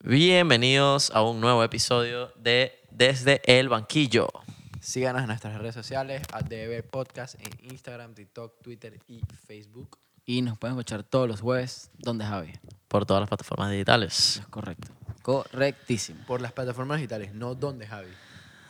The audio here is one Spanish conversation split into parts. Bienvenidos a un nuevo episodio de Desde el Banquillo. Síganos en nuestras redes sociales, DB Podcast, en Instagram, TikTok, Twitter y Facebook. Y nos pueden escuchar todos los jueves. ¿Dónde, Javi? Por todas las plataformas digitales. Eso es correcto. Correctísimo. Por las plataformas digitales, no donde Javi.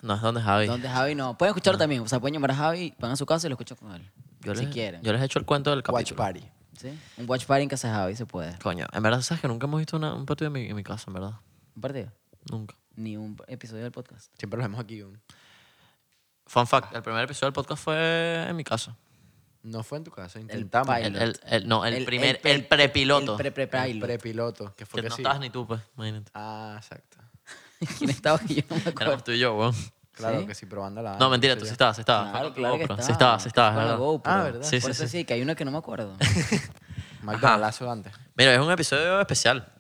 No es donde Javi. ¿Dónde, Javi? No. Pueden escucharlo también. O sea, pueden llamar a Javi, van a su casa y lo escuchan con él. Yo si les, quieren. Yo les he hecho el cuento del Watch capítulo. Party. ¿Sí? Un watch party en casa de Javi se puede. Coño, en verdad, ¿sabes que nunca hemos visto una- un partido en mi, en mi casa, en verdad? ¿Un partido? Nunca. Ni un episodio del podcast. Siempre los vemos aquí. ¿no? Fun fact, el primer episodio del podcast fue en mi casa. No fue en tu casa, intentamos. pilot. El, el- el- no, el, primer, pre- el prepiloto. El pre-pre-pilot. prepiloto, que fue que que no sí. estabas ni tú, pues, imagínate. Ah, exacto. ¿Quién estaba aquí? Yo no me acuerdo. Éramos tú y yo, weón. Claro ¿Sí? que sí, probando la. No, mentira, tú sí estabas, sí estabas. Fue Ah, Claro, con tu claro que GoPro. estaba. Sí estabas, sí estabas, Con la ¿verdad? GoPro. Ah, ¿verdad? Sí, sí, Por eso sí. sí, que hay uno que no me acuerdo. McDonald's antes. Mira, es un episodio especial.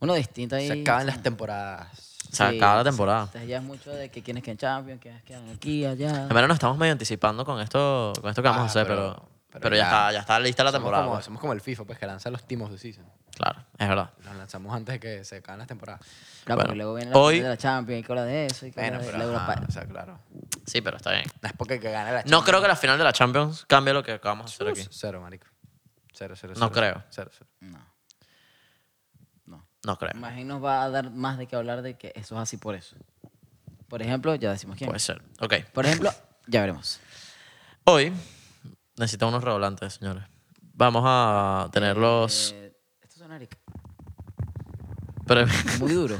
Uno distinto ahí. Se acaban las temporadas. Se acaba la temporada. Entonces ya es mucho de que quiénes quedan champions, quiénes quedan aquí, allá. En verdad nos estamos medio anticipando con esto, con esto que vamos a Ah, hacer, pero, pero- pero, pero ya, ya. está, ya está lista la Somos temporada. como, pues. somos como el FIFA, pues que lanza los timos de season. Claro, es verdad. Los lanzamos antes de que se acaben las temporadas. Claro, Bueno, porque luego viene la hoy- final de la Champions, hay que hablar de eso, hay que Bueno, hablar de pero. la ajá, Europa. o sea, claro. Sí, pero está bien. No es porque que gane la No creo que la final de la Champions cambie lo que acabamos de hacer aquí. Champions. Cero, marico. Cero, cero, No cero. creo. Ah, Cero, cero. No. No. No creo. Más bien nos va a dar más de qué hablar de que eso es así por eso. Por ejemplo, ya decimos quién. Puede ser. Ok. Por ejemplo, ya veremos. Hoy necesitamos unos redoblantes, señores. Vamos a tener los Eh, esto suena Eric. pre- Muy duro.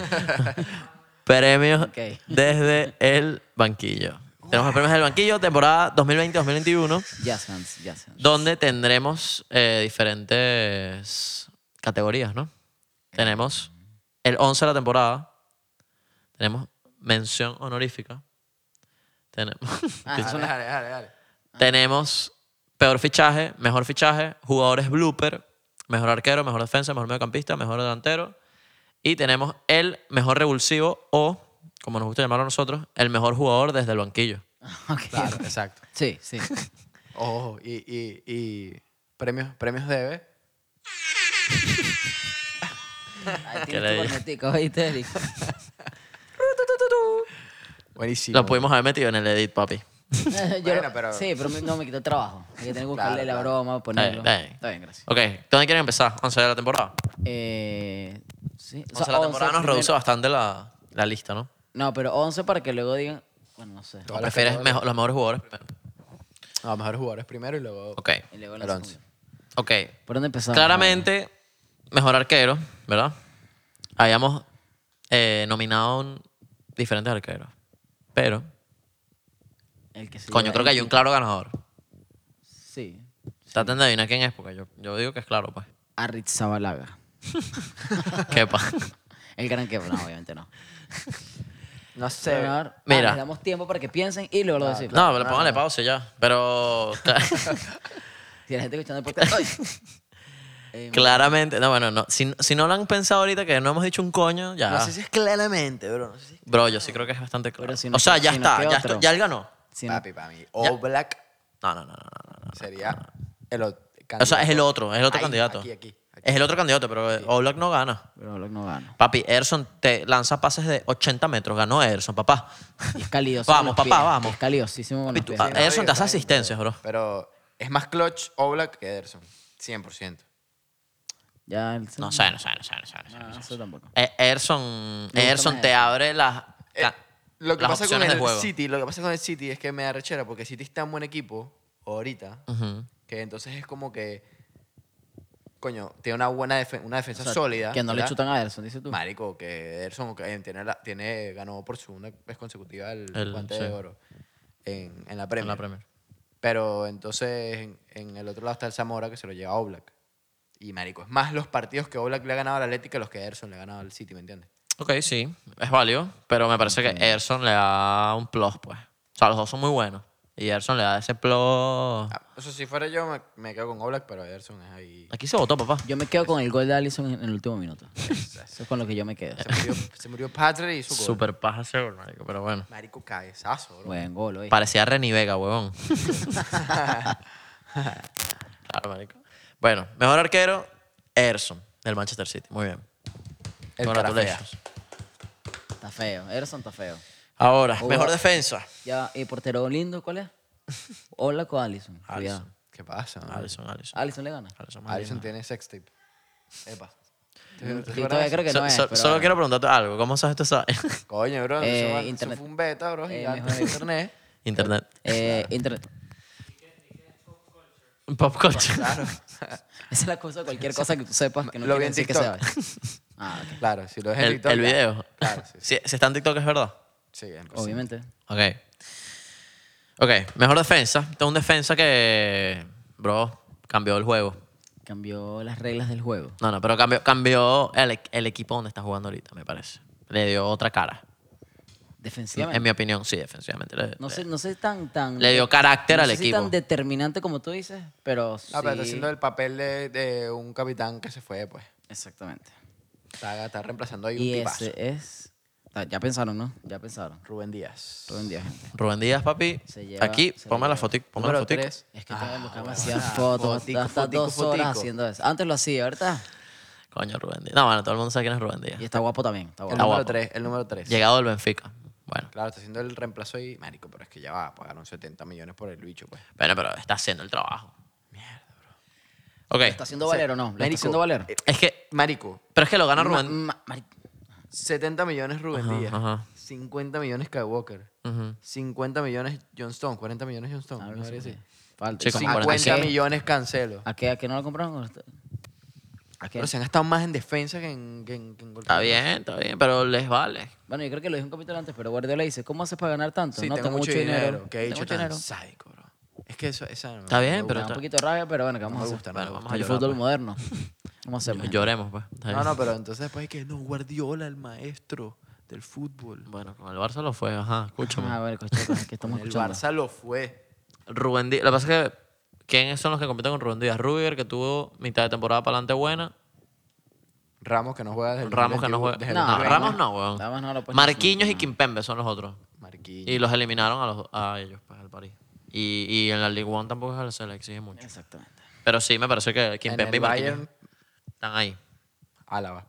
premios Ok. desde el banquillo. Tenemos los premios del banquillo, temporada 2020-2021. Jazz hands, jazz hands. donde tendremos eh, diferentes categorías, ¿no? Tenemos el 11 de la temporada, tenemos mención honorífica, tenemos, Ah, Dale, eso no- dale, dale, dale. tenemos peor fichaje, mejor fichaje, jugadores blooper, mejor arquero, mejor defensa, mejor mediocampista, mejor delantero y tenemos el mejor revulsivo o, como nos gusta llamarlo a nosotros, el mejor jugador desde el banquillo. Ok. Claro, exacto. Sí, sí. Ojo, y, y, y premios, premios debe. Ahí le tienes tu digo? cornetico, ¿oíste, Eric? Buenísimo. Lo pudimos haber metido en el edit, papi. Yo Bueno, lo- pero- Sí, pero me- no me quitó el trabajo. Hay que tener que buscarle Claro, la claro. broma, ponerlo. Está bien. Está bien, gracias. Ok, ¿dónde quieren empezar? 11 de la temporada. Eh, sí. O sea, la temporada nos primero. reduce bastante la, la lista, ¿no? No, pero 11 para que luego digan. Bueno, no sé. Todas las Prefieres categorías. mejo- los mejores jugadores. pero- No, mejores jugadores primero y luego. Ok, Y luego la El 11. segunda. ok. ¿Por dónde empezamos? Claramente, mejor arquero, ¿verdad? Habíamos eh, nominado un- diferentes arqueros. Pero, El que se coño, lleva creo que hay el- un claro ganador. Sí. Traten de adivinar quién es, porque yo, yo digo que es claro, pues. Arrizabalaga. Kepa. El gran que. No, obviamente no. No Pero, sé. ganador- ah, mira. les damos tiempo para que piensen y luego lo decimos. No, pero póngale pausa y ya. Pero, Si la gente escuchando el podcast. ¡ay! Eh, claramente, no, bueno, no. Si, si no lo han pensado ahorita, que no hemos dicho un coño, ya. No sé si es claramente, bro. No sé si Bro, yo sí creo que es bastante claro. Pero si no- o sea, ya si no, está, ¿qué ya, otro? está, ya él ganó. si no- Papi, para mí. Oblak No, no, no, no, no. no. sería el otro. Ah. O sea, es el otro, es el otro Ahí, candidato. aquí, aquí, aquí. Es el otro candidato, pero eh, Oblak no gana. Pero Oblak no gana. Papi, Erson te lanza pases de 80 metros. Ganó Erson, papá. Y es cálido. Vamos, papá, vamos. Es calidosísimo con los Papi, tú- pies. ah, Ederson te hace está bien, asistencias, bro. Pero es más clutch Oblak que Ederson. 100%. Ya, el- No sé, no sé, no sé, no sé. no sé, Ah, no sé. eso tampoco. Eh, Erson, gusta Erson más te abre las, Eh, ca- lo que las pasa con opciones de el juego. City, lo que pasa con el City es que me da rechera porque City es tan buen equipo ahorita Ujú. que entonces es como que coño, tiene una buena defen- una defensa sólida, Que no le ¿verdad? chutan a Ederson, dices tú. Marico, que Ederson ok, tiene, la- tiene- ganó por segunda vez consecutiva el, El- guante sí. de oro en, en la En Premier. la Premier. Pero entonces en, en el otro lado está el Zamora que se lo lleva a Oblak. Y Marico, es más los partidos que Oblak le ha ganado al Atlético que los que Ederson le ha ganado al City, ¿me entiendes? Ok, sí, es válido, pero me parece que Erson le da un plus, pues. O sea, los dos son muy buenos. Y Erson le da ese plus. Ah, o sea, si fuera yo me, me quedo con Oblak, pero Ederson es ahí. Aquí se votó, papá. Yo me quedo con el gol de Allison en el último minuto. Eso es con lo que yo me quedo. Se murió, se murió Patrick y su gol. Super paja ese gol, marico, pero bueno. Marico, cabezazo, bro. Buen gol, oye. Parecía Reni Vega, huevón. claro, marico. Bueno, mejor arquero, Erson, del Manchester City. Muy bien. El Congratulations. Está feo. Ederson está feo. Ahora, Ojo. mejor defensa. Ya, ¿Y portero lindo cuál es? Ola con Allison. Cuidado. ¿Qué pasa? man? Allison, Allison. Allison le gana. Allison María. Allison tiene sex tape. Epa. ¿Te- te Yo acuerdas? todavía creo que So- no es. so- pero- solo quiero preguntarte algo. ¿Cómo sabes tú sabes? Coño, bro. Eh, eso, eso internet. fue un beta, bro. Eh, Gigante mejor de internet. Internet. Eh, internet. Pop culture. Esa es la cosa, cualquier cosa que tú sepas que no Lo quiere vi en decir que TikTok. sabes. Ah, ok. Claro, si lo ves en El, TikTok, el ya. video. Claro, sí. sí. Si, si está en TikTok es verdad. Sí, en resumen. Obviamente. Ok. Ok, mejor defensa. Este es un defensa que, bro, cambió el juego. Cambió las reglas del juego. No, no, pero cambió, cambió el, e- el equipo donde está jugando ahorita, me parece. Le dio otra cara. Defensivamente. En Em, mi opinión, sí, defensivamente. Le, No le- sé, no sé tan, tan. le dio carácter no al sé si equipo. tan determinante como tú dices, pero sí. No, Ah, pero está haciendo el papel de, de un capitán que se fue, pues. Exactamente. Está, está reemplazando ahí un Y tipazo. ese es. Ah, Ya pensaron, ¿no? Ya pensaron. Rubén Díaz. Todo en día, gente. Rubén Díaz, papi. Se lleva- Aquí, se ponme la lleva. fotico. Ponme la Número fotico. tres. Es que tengo que buscar bueno, demasiadas ah, fotos. fotico, hasta fotico, dos horas fotico. haciendo eso. Antes lo hacía, ahorita. Coño, Rubén Díaz. No, bueno, todo el mundo sabe quién es Rubén Díaz. Y está guapo también. Está El guapo. Ah, número guapo. 3, el número 3. Llegado del Benfica. Bueno, Claro, está haciendo el reemplazo ahí. Marico, pero es que ya va, pagaron 70 millones por el bicho, pues. bueno, pero está haciendo el trabajo. Mierda, ¿Está bro. Ok. haciendo Valero o no? ¿Lo está Marico, haciendo Valero? eh, Es que, Marico, pero es que lo gana Ma- Rubén. ma- mari- 70 millones Rubén Ajá, Díaz, ajá. 50 millones Skywalker, Ujú. 50 millones John Stone, 40 millones John Stone. Ah, una no sé vaina qué. así. Falta. Sí, como ¿A 50 qué? millones Cancelo. ¿A qué, ¿A qué no lo compraron? ¿A qué? Pero se han gastado más en defensa que en, que en, que en cualquier Está cosa. bien, está bien, pero les vale. Bueno, yo creo que lo dije un capítulo antes, pero Guardiola dice, ¿cómo haces para ganar tanto? Sí, no, tengo, mucho dinero. Que he tengo dicho mucho tan dinero. sádico, bro. Es que eso, esa Está bien, me pero- Me da está- un poquito de rabia, pero bueno, ¿qué vamos me a hacer? gusta, no me Bueno, gusta. vamos a el llorar. fútbol pues. moderno. ¿Cómo hacemos? gente? Lloremos, pues. Está No, bien. no, pero entonces después es que no, Guardiola, el maestro del fútbol. Bueno, con el Barça lo fue, ajá, escúchame. Ah, a ver, cochecos, que estamos el escuchando. Barça lo fue. Rubén Díaz, lo que pasa es que, ¿quiénes son los que compiten con Rubén Díaz? Ruger, que tuvo mitad de temporada para adelante buena. Ramos que no juega desde el Ramos, que no 2021, juega. desde el No, 2020. Ramos no, weón. Ramos no lo puedes Marquinhos y decir, Kimpembe son los otros. Marquinhos. Y los eliminaron a, los, a ellos, pues, al París. Y, y en la Ligue 1 tampoco se le exige mucho. Exactamente. Pero sí, me parece que En Kimpembe y el Marquinhos Bayern, están ahí. Álava.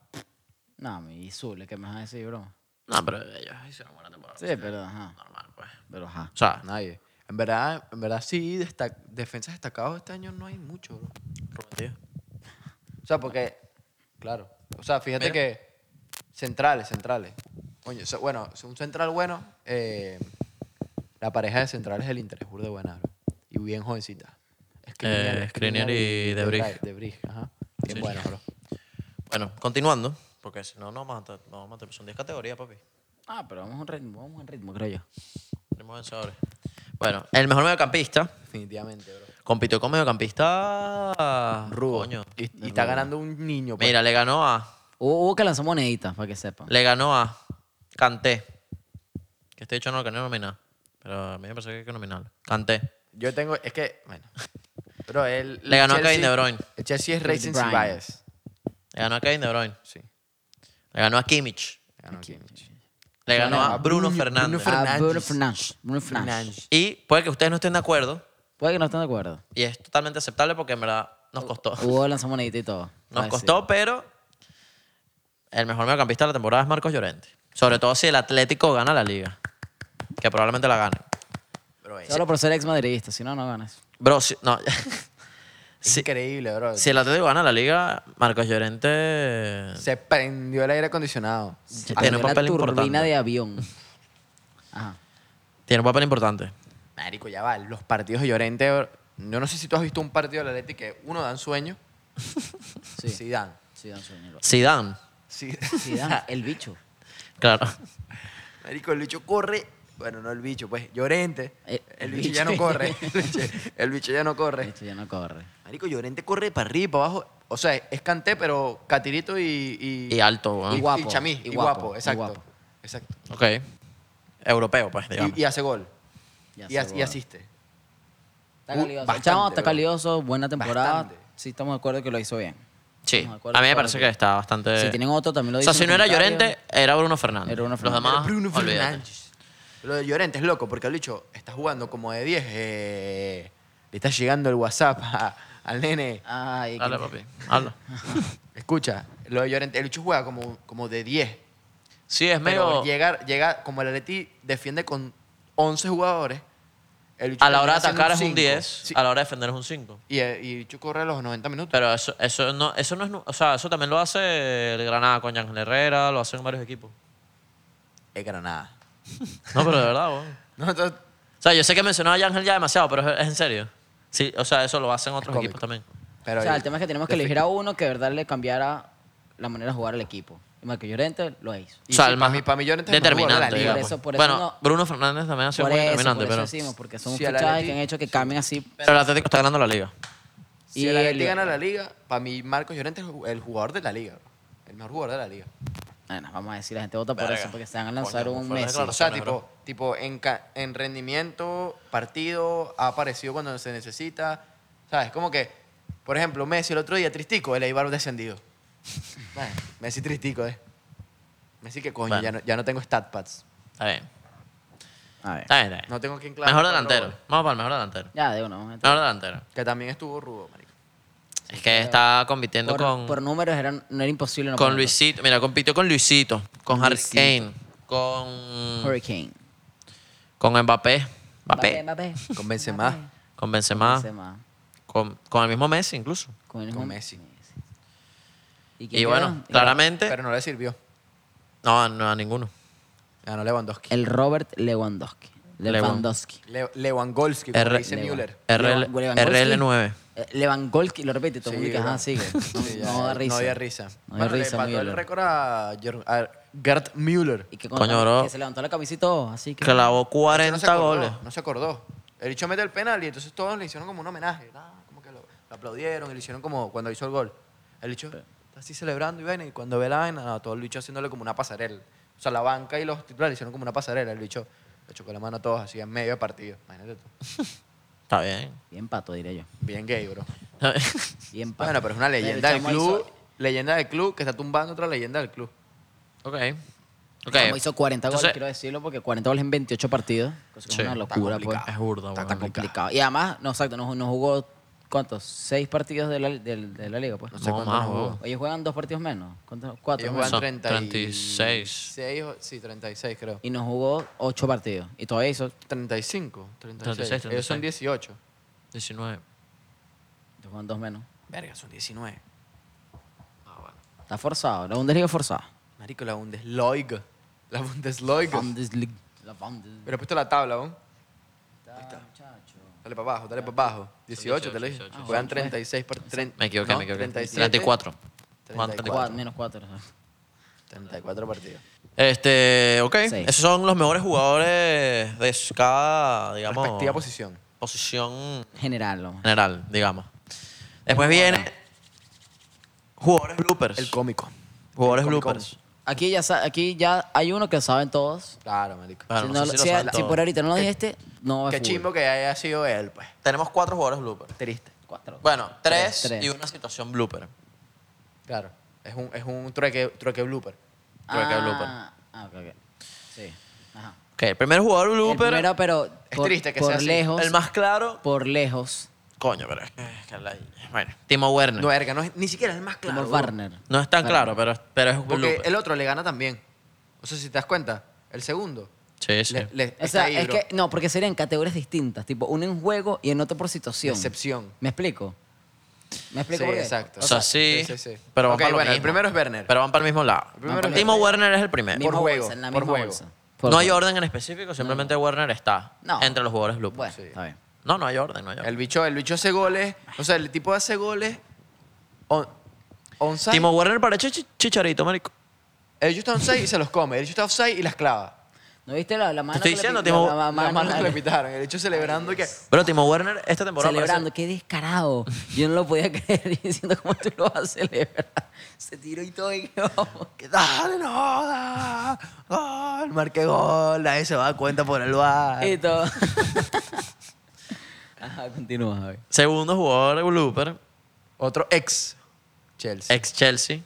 No, mi Zule, que me vas a decir, broma. No, pero ellos hicieron buena temporada. Sí, pero ajá. Normal, pues. Pero ajá. O sea, Nadie. En verdad, en verdad sí, destac- defensas destacados este año no hay mucho, bro. Rubén Díaz. O sea, porque, claro. O sea, fíjate que centrales, centrales. Coño, o sea, bueno, o sea, un central bueno, eh, la pareja de centrales del Inter es burda de buena, bro. Y bien jovencita. Eh, Skriniar y De Bruyne. De Bruyne, ajá. Bien bueno, bro. Bueno, continuando, porque si no, no vamos a, no vamos a son 10 categorías, papi. Ah, pero vamos a un ritmo, vamos a un ritmo, creo yo. Tenemos vencedores. Bueno, el mejor mediocampista Definitivamente, bro. compitió con mediocampista. Rudo. Coño. Y, y está ganando un niño, pues. Mira, le ganó a. Hubo, hubo que lanzar moneditas, para que sepan. Le ganó a. Canté. Que este hecho no lo quería nominar. Pero a mí me parece que hay que nominarlo. Canté. Yo tengo, es que, bueno. Pero él. Le ganó a Chelsea- Kevin De Bruyne. El Chelsea es Kevin Racing De sin Bruyne. bias. Le ganó a Kevin De Bruyne. Sí. Le Le ganó a Kimmich. ganó a Kevin. Le ganó a Ah, Bruno Bruno- Fernández. Bruno Ah, Bruno Fernández. Fernández. Bruno Fernández. Y puede que ustedes no estén de acuerdo. Puede que no estén de acuerdo. Y es totalmente aceptable porque en verdad nos costó. Hubo lanzamonedita y todo. Nos Ay, Uh, ah, sí. costó, pero el mejor mediocampista de la temporada es Marcos Llorente. Sobre todo si el Atlético gana la liga. Que probablemente la gane. Bro, es Solo por ser ex madridista, si no, no ganas. Bro, si, no. si, increíble, bro. si el Atlético gana la liga, Marcos Llorente. Se prendió el aire acondicionado. tiene un Una papel turbina importante. de avión. Ajá. Tiene un papel importante. Marico, ya va. Los partidos de Llorente. bro. Yo no sé si tú has visto un partido del Atleti que uno dan sueño. Sí. Sí, dan. Sí, dan sueño. Zidane. Sí. Sí, dan el bicho. Claro. Marico, el bicho corre. Bueno, no el bicho, pues. Llorente. Eh, El el bicho ya bicho. no corre. El bicho- El bicho ya no corre. Esto ya no corre. Marico, Llorente corre para arriba, y para abajo. O sea, es canté, pero catirito y. Y alto, ah. weón. Y guapo. Y chamí. Y, guapo, exacto. guapo. Exacto. Ok. Europeo, pues, digamos. Y, y hace gol. Y Y, hace as- y gol. asiste. Está Uh, calidoso. El bastante, chamo está bro. calidoso, buena temporada. Bastante. Sí, estamos de acuerdo que lo hizo bien. sí. Estamos de acuerdo A mí me con parece lo que está bastante. Si tienen otro, también lo o sea, dicen si no en los era comentarios. Llorente, era Bruno Fernández. Era Bruno Los Fernández. demás. Bruno olvídate. Fernández. Lo de Llorente es loco porque el bicho está jugando como de 10. eh, le está llegando el WhatsApp a- al nene. Ay, Habla, papi. Habla. Escucha, lo de Llorente, el bicho juega como, como de 10. Sí, es medio. Pero llega, llega, como el Atleti defiende con 11 jugadores, el bicho A la hora de termina siendo atacar es un cinco. 10, Sí, a la hora de defender es un 5. Y, eh, y el bicho corre los 90 minutos. Pero eso, eso, no, eso no es. nu- O sea, eso también lo hace el Granada con Ángel Herrera, lo hacen varios equipos. Es Granada. No, pero de verdad, weón. No, entonces, O sea, yo sé que mencionaba a Ángel ya demasiado, pero es, es en serio. Sí, o sea, eso lo hacen otros cómico. equipos también. pero o sea, yo- el tema es que tenemos que elegir a uno que de verdad le cambiara la manera de jugar al equipo. Y Marco Llorente lo hizo. Y o sea, sí, el pa' más mí- pa' mí Llorente es el mejor determinante. jugador de la liga, digamos. pues. Por eso- por bueno, eso no- Bruno Fernández también ha sido Por muy eso, determinante, por eso pero, decimos, porque son Si al fichajes Atleti- que han hecho que cambien así. pero el Atlético está ganando la liga. Si Y el Atleti el- gana la liga, para mí Marcos Llorente es el ju- el jugador de la liga. bro. El mejor jugador de la liga. Bueno, vamos a decir, la gente vota por Verga. eso, porque se van a lanzar Coño, un fue la Messi. declaración. O sea, Razones, tipo, tipo en, ca- en rendimiento, partido, ha aparecido cuando se necesita. ¿Sabes? Como que, por ejemplo, Messi el otro día, tristico, el Eibar descendido. Ay, Messi tristico, ¿eh? Messi que coño, Bueno. ya, no, ya no tengo stat pads. Está bien. A ver. Está bien, está bien. No tengo quien clavar mejor cuatro delantero. goles. Vamos para el mejor delantero. Ya, de uno. vamos a entrar. Mejor delantero. Que también estuvo rudo, marico. Es que está compitiendo Por, con, por números era, no era imposible. No con ponerlo. Luisito. Mira, compitió con Luisito, con Harry Luisito. Kane, con, Hurricane. con Mbappé, Mbappé, Mbappé, Mbappé. Con Benzema. Mbappé. con Benzema, Benzema. con, con el mismo Messi incluso. Con, el Con mismo- Messi. ¿Y, quién Y bueno, quedó? claramente, Pero no le sirvió. no, no a ninguno. Ganó Lewandowski. El Robert Lewandowski. Lewan- Lewandowski. Le- Lewandowski, como R- dice Lewan- Müller. RL- Lewan- RL9. Eh, Lewandowski, lo repite, todo el mundo Sí, que ajá, bro. ah, sigue. No, Sí, ya, no da risa. No había risa. No había Bueno, risa, le empató el Müller. récord a, Jor- a Gerd Müller. Y que, Coño, contaba- bro. que se levantó la camisita, así que. Clavó Ese 40 no se acordó, goles. No se acordó. El dicho mete el penal y entonces todos le hicieron como un homenaje. ¿no? Como que lo, lo aplaudieron y le hicieron como cuando hizo el gol. El dicho está así celebrando y ven y cuando ve la vaina, no, todo el dicho haciéndole como una pasarela. O sea, la banca y los titulares hicieron como una pasarela. El dicho le chocó la mano a todos así en medio de partido. Imagínate tú. Está bien. Bien pato, diría yo. Bien gay, bro. Está bien. Bien pato. Bueno, pero es una Pero el leyenda del chamo club. hizo- Ah, Leyenda del club que está tumbando otra leyenda del club. ok. Ok. Como hizo 40 goles, Entonces- quiero decirlo, porque 40 goles en 28 partidos. cosa que Sí, es una está locura, pues. complicado. Es burda, Está weón. tan Complicado. Y además, no, exacto, no, no jugó, ¿cuántos? Seis partidos de la, del- de la liga, pues. No sé No, cuánto más, nos jugó. weón. Ellos juegan dos partidos menos. ¿Cuántos? Cuatro. Ellos menos. Son juegan 30 y- 36. seis o- sí, 36 creo. Y nos jugó ocho partidos. Y todavía hizo. 35, 36. 36, Ellos son 36. 18. 19. ellos juegan dos menos. Verga, son 19. Está forzado. La Bundesliga es forzada. Marico, la Bundesliga. La Bundesliga. Bundesliga. La Bundesliga. Mira, he puesto la tabla, ¿no? muchacho. Dale para abajo, dale para abajo. 18, te lo dije. 18, Juegan Ah, bueno, 36 por 30. Me equivoqué, no, me equivoqué. 37, 34. Juan, 34. Cuatro, menos cuatro. 34 partidos. Este, ok. Sí. Esos son los mejores jugadores de cada, digamos, Respectiva posición. posición General, lo más. general, digamos. Después viene jugadores bloopers. El cómico. jugadores el Comic bloopers. Aquí ya, sa- aquí ya hay uno que saben todos. Claro, marico. Claro, si, no no- sé si lo si- saben si todos. por ahorita no lo dijiste, no va a Qué chimbo que haya sido él, pues. Tenemos cuatro jugadores bloopers. Triste. Cuatro. Bueno, tres, Tres, tres. y una situación blooper. Claro. Es un, es un trueque, trueque blooper. creo que es blooper. Ah, ok, ok. Sí. Ajá. Ok, el primer jugador El blooper, primero, pero Es por, triste que por sea así. lejos, el más claro. por lejos, Coño, pero es que- es que la- Bueno, Timo Werner. No, No es, verga, no es, ni siquiera es el más claro. como bro. Warner. tan claro, pero, pero es Porque blooper. el otro le gana también. O sea, si te das cuenta, el segundo. Sí, sí. le- le- O está sea, ahí, es bro. que, no, porque serían categorías distintas, tipo uno en juego y en otro por situación. Excepción. ¿Me explico? ¿Me explico? Sí, por qué? exacto. O sea, sí, sí, sí, sí. pero van Ok, para lo bueno, el mismo. primero es Werner. Pero van para el mismo lado. primero Van es para- Timo Werner es el Misma primero. Por bolsa, juego, en la por misma juego. bolsa. Por No hay juego. orden en específico, simplemente Werner está No. entre los jugadores blooper. Bueno, Sí. está bien. No, no hay orden, no hay orden. El bicho, el bicho hace goles. O sea, el tipo hace goles. On, onside. Timo Werner parece chi- chicharito, marico. El bicho está onside y se los come. El bicho está offside y las clava. ¿No viste la, la mano? estoy que le diciendo, pi- Timo, la- la Las mano- manos que le la- pitaron. El bicho celebrando que. Pero Timo Werner esta temporada parece- Celebrando, qué descarado. Yo no lo podía creer diciendo cómo tú lo vas a celebrar. Se tiró y todo y vamos. que ¡Dale, "¡Ah, no joda! ¡Gol! Marque gol. Nadie se va a dar cuenta por el bar. Y todo. Ajá, continúa, Javi. segundo jugador blooper, Otro ex. Chelsea. ex Chelsea,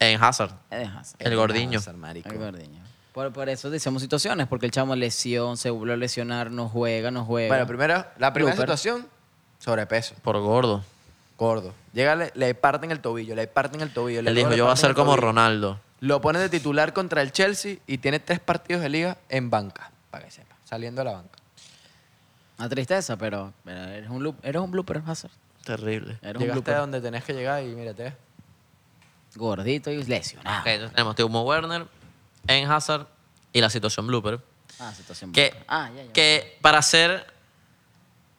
en Hazard. Me dejas. Eh, El gordiño. Hazard, marico. Ay, gordiño. Por, por eso decíamos situaciones, porque el chamo lesión, se volvió a lesionar, no juega, no juega. Bueno, primero, la primera Blooper. situación, sobrepeso, Por gordo. gordo. Llega, le, le parten el tobillo, le parten el tobillo. le- Él dijo, le yo voy a parten ser el como tobillo". Ronaldo. Lo ponen de titular contra el Chelsea y tiene tres partidos de liga en banca, para que sepa, saliendo a la banca. Una tristeza, pero, pero eres, un loop, eres un blooper, Hazard. Terrible. Eres un Llegaste blooper. a donde tenés que llegar y mírate. Gordito y lesionado. Ok, entonces tenemos Teumo Werner, En Hazard y la situación blooper. Ah, situación Que, blooper. Ah, ya, ya. que para ser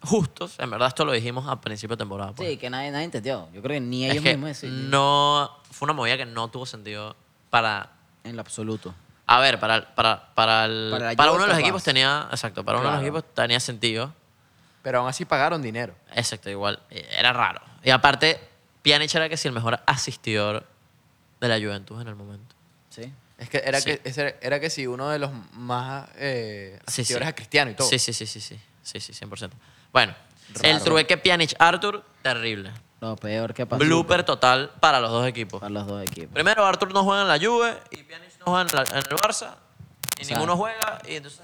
justos, en verdad esto lo dijimos al principio de temporada. pues. Sí, que nadie, nadie entendió. Yo creo que ni es ellos que mismos decidieron. no fue una movida que no tuvo sentido para En lo absoluto. a ver, para, para, para, el- Para la para Juve uno de los capaz. equipos tenía, exacto, para uno de los Claro. equipos tenía sentido, Pero aún así pagaron dinero. exacto, igual, eh, era raro. Y aparte, Pjanic era que si el mejor asistidor de la Juventus en el momento. Sí. Es que era, Sí. que, ese era- era que sí, uno de los más eh, Sí, sí. asistidores a Cristiano y todo. Sí, sí, sí, sí, sí, sí, sí, 100%. Bueno, el Raro. trueque Pjanic-Arthur, terrible. Lo peor que pasó. Blooper total para los dos equipos. Para los dos equipos. Primero, Arthur no juega en la Juve y Pjanic no juega en, la- en el Barça y O sea- ninguno juega y entonces...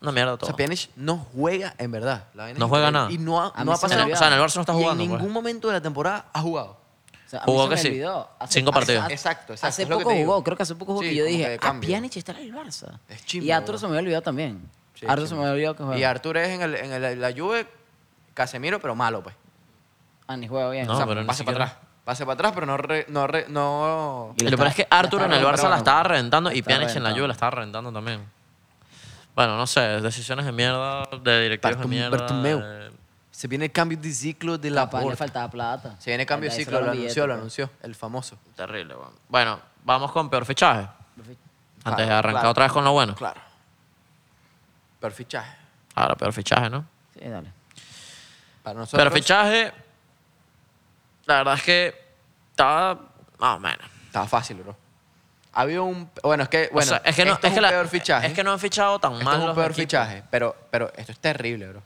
Una mierda O todo. sea, Pjanic no juega en verdad. La vaina es No juega increíble. nada. Y no ha, A no mí ha se me pasado. olvidó. O sea, en el Barça no está Y jugando, en pues. ningún momento de la temporada ha jugado. O sea, a mí Jugó se me que sí. olvidó. Hace- Cinco hace- partidos. hace- Exacto, exacto, Hace es lo que poco te digo. jugó, creo que hace poco jugó Sí, que yo como que dije, de ah, cambio". Pjanic está en el Barça. Es chimbo, y Arthur bro. se me había olvidado también. Sí, Arthur se chimbo. me había olvidado que Y juega. Arthur es en, el, en el- la Juve Casemiro, pero malo, pues. Ah, ni juega bien. No, O sea, pero ni pase para siquiera. atrás. Pase para atrás, pero no... re- no, re- no... Y Y la lo peor es está- que la Arthur está en el Barça reventando. la estaba reventando La y está Pjanic en la Juve reventando. la estaba reventando también. Bueno, no sé, decisiones de mierda, de directivos de Bartum- mierda. eh, Bartomeu. de- Se viene el cambio de ciclo de la Capaz le Porta. faltaba plata. Se viene el cambio de Ahí se ciclo, lo billetes, anunció, lo pues. anunció. El famoso. Terrible, weón. Bueno, vamos con peor fichaje. Antes de Claro, arrancar claro. otra vez con lo bueno. Claro. Peor fichaje. Ahora, peor fichaje, ¿no? Sí, dale. Para nosotros... Peor fichaje. La verdad es que estaba más o menos. Estaba fácil, bro. Ha habido un... Bueno, es que... O Bueno, sea, es que no, esto es que la- un peor fichaje. Es que no han fichado tan Esto mal. es un los peor equipos. fichaje, pero, pero esto es terrible, bro.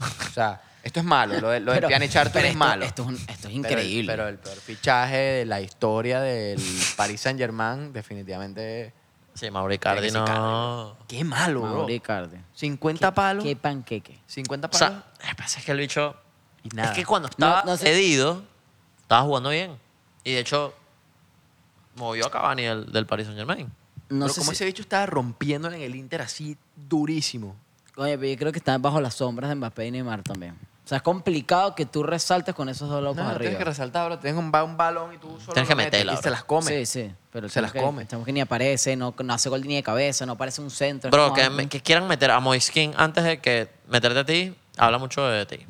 O sea, esto es malo. Lo de, lo de Pero- Pjanic Arthur pero es esto- malo. Esto, es un- esto es Pero el- increíble. Pero el, peor fichaje de la historia del Paris Saint Germain, definitivamente. Sí, Mauricardi Tiene que ser Cardi, no. Qué malo, bro. Mauro Icardi. 50 palos. Qué panqueque. 50 O palos. sea, lo que pasa es que el bicho. Y nada. Es que cuando estaba No, no sé. cedido, estaba jugando bien. Y de hecho, movió a Cavani del, del Paris Saint Germain. No pero sé como si- ese bicho estaba rompiéndole en el Inter así durísimo. Oye, pero yo creo que están bajo las sombras de Mbappé y Neymar también. O sea, es complicado que tú resaltes con esos dos locos No, no, tienes que arriba. resaltar, bro. Tienes un, ba- un balón y tú solo. Tienes que lo metes meterla, Y bro. se las come. Sí, sí. Pero Se las estamos que- come. Estamos que ni aparece, no, no hace gol ni de cabeza, no aparece un centro. es Bro, como que, algo- me- que quieran meter a Moiskin antes de que meterte a ti, habla mucho de ti.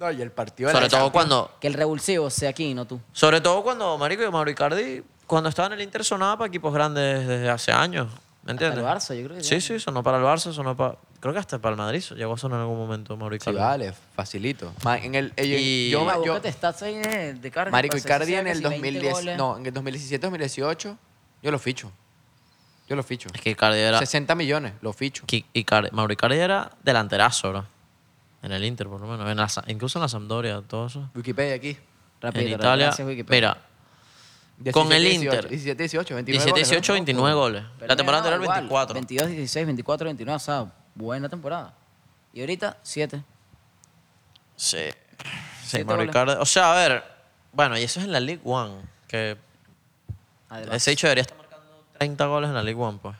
No, y el partido. de la Sobre todo Champions- cuando. que el revulsivo sea aquí y no tú. Sobre todo cuando Marico y Mauricardi, cuando estaba en el Inter, sonaba para equipos grandes desde hace años. ¿Me Hasta entiendes? el Barça, yo creo que Sí, ya. sí, sonó para el Barça, sonó para. Creo que hasta para el Madrid llegó a sonar en algún momento Sí, Mauricardi. vale, facilito. Ma- en el, ellos- Y- yo, No, Ah, yo- búscate stats ahí de, eh, de Cardi, Marico para hacer Icardi sea en que el si 20 2010, goles. no, en el 2017-2018, yo lo ficho. Yo lo ficho. Es que Icardi era. 60 millones, lo ficho. Ki- Icardi- Mauro Icardi era delanterazo, bro. En el Inter, por lo menos. En la Sa- incluso en la Sampdoria, todo eso. Wikipedia aquí. Rápido, en rápido, Italia. gracias, Wikipedia. mira, 17, Con el 18, Inter. 17, 18, 29 17, goles, 18, ¿no? 29 goles. Pero La mira, temporada no, anterior, igual, 24. 22, 16, 24, 29, o sea, buena temporada. Y ahorita, 7. Sí. Sí, Siete Mauro goles. Icardi. O sea, a ver. Bueno, y eso es en la League One. Que Adelante. ese hecho debería estar marcando 30 goles en la League One, pues.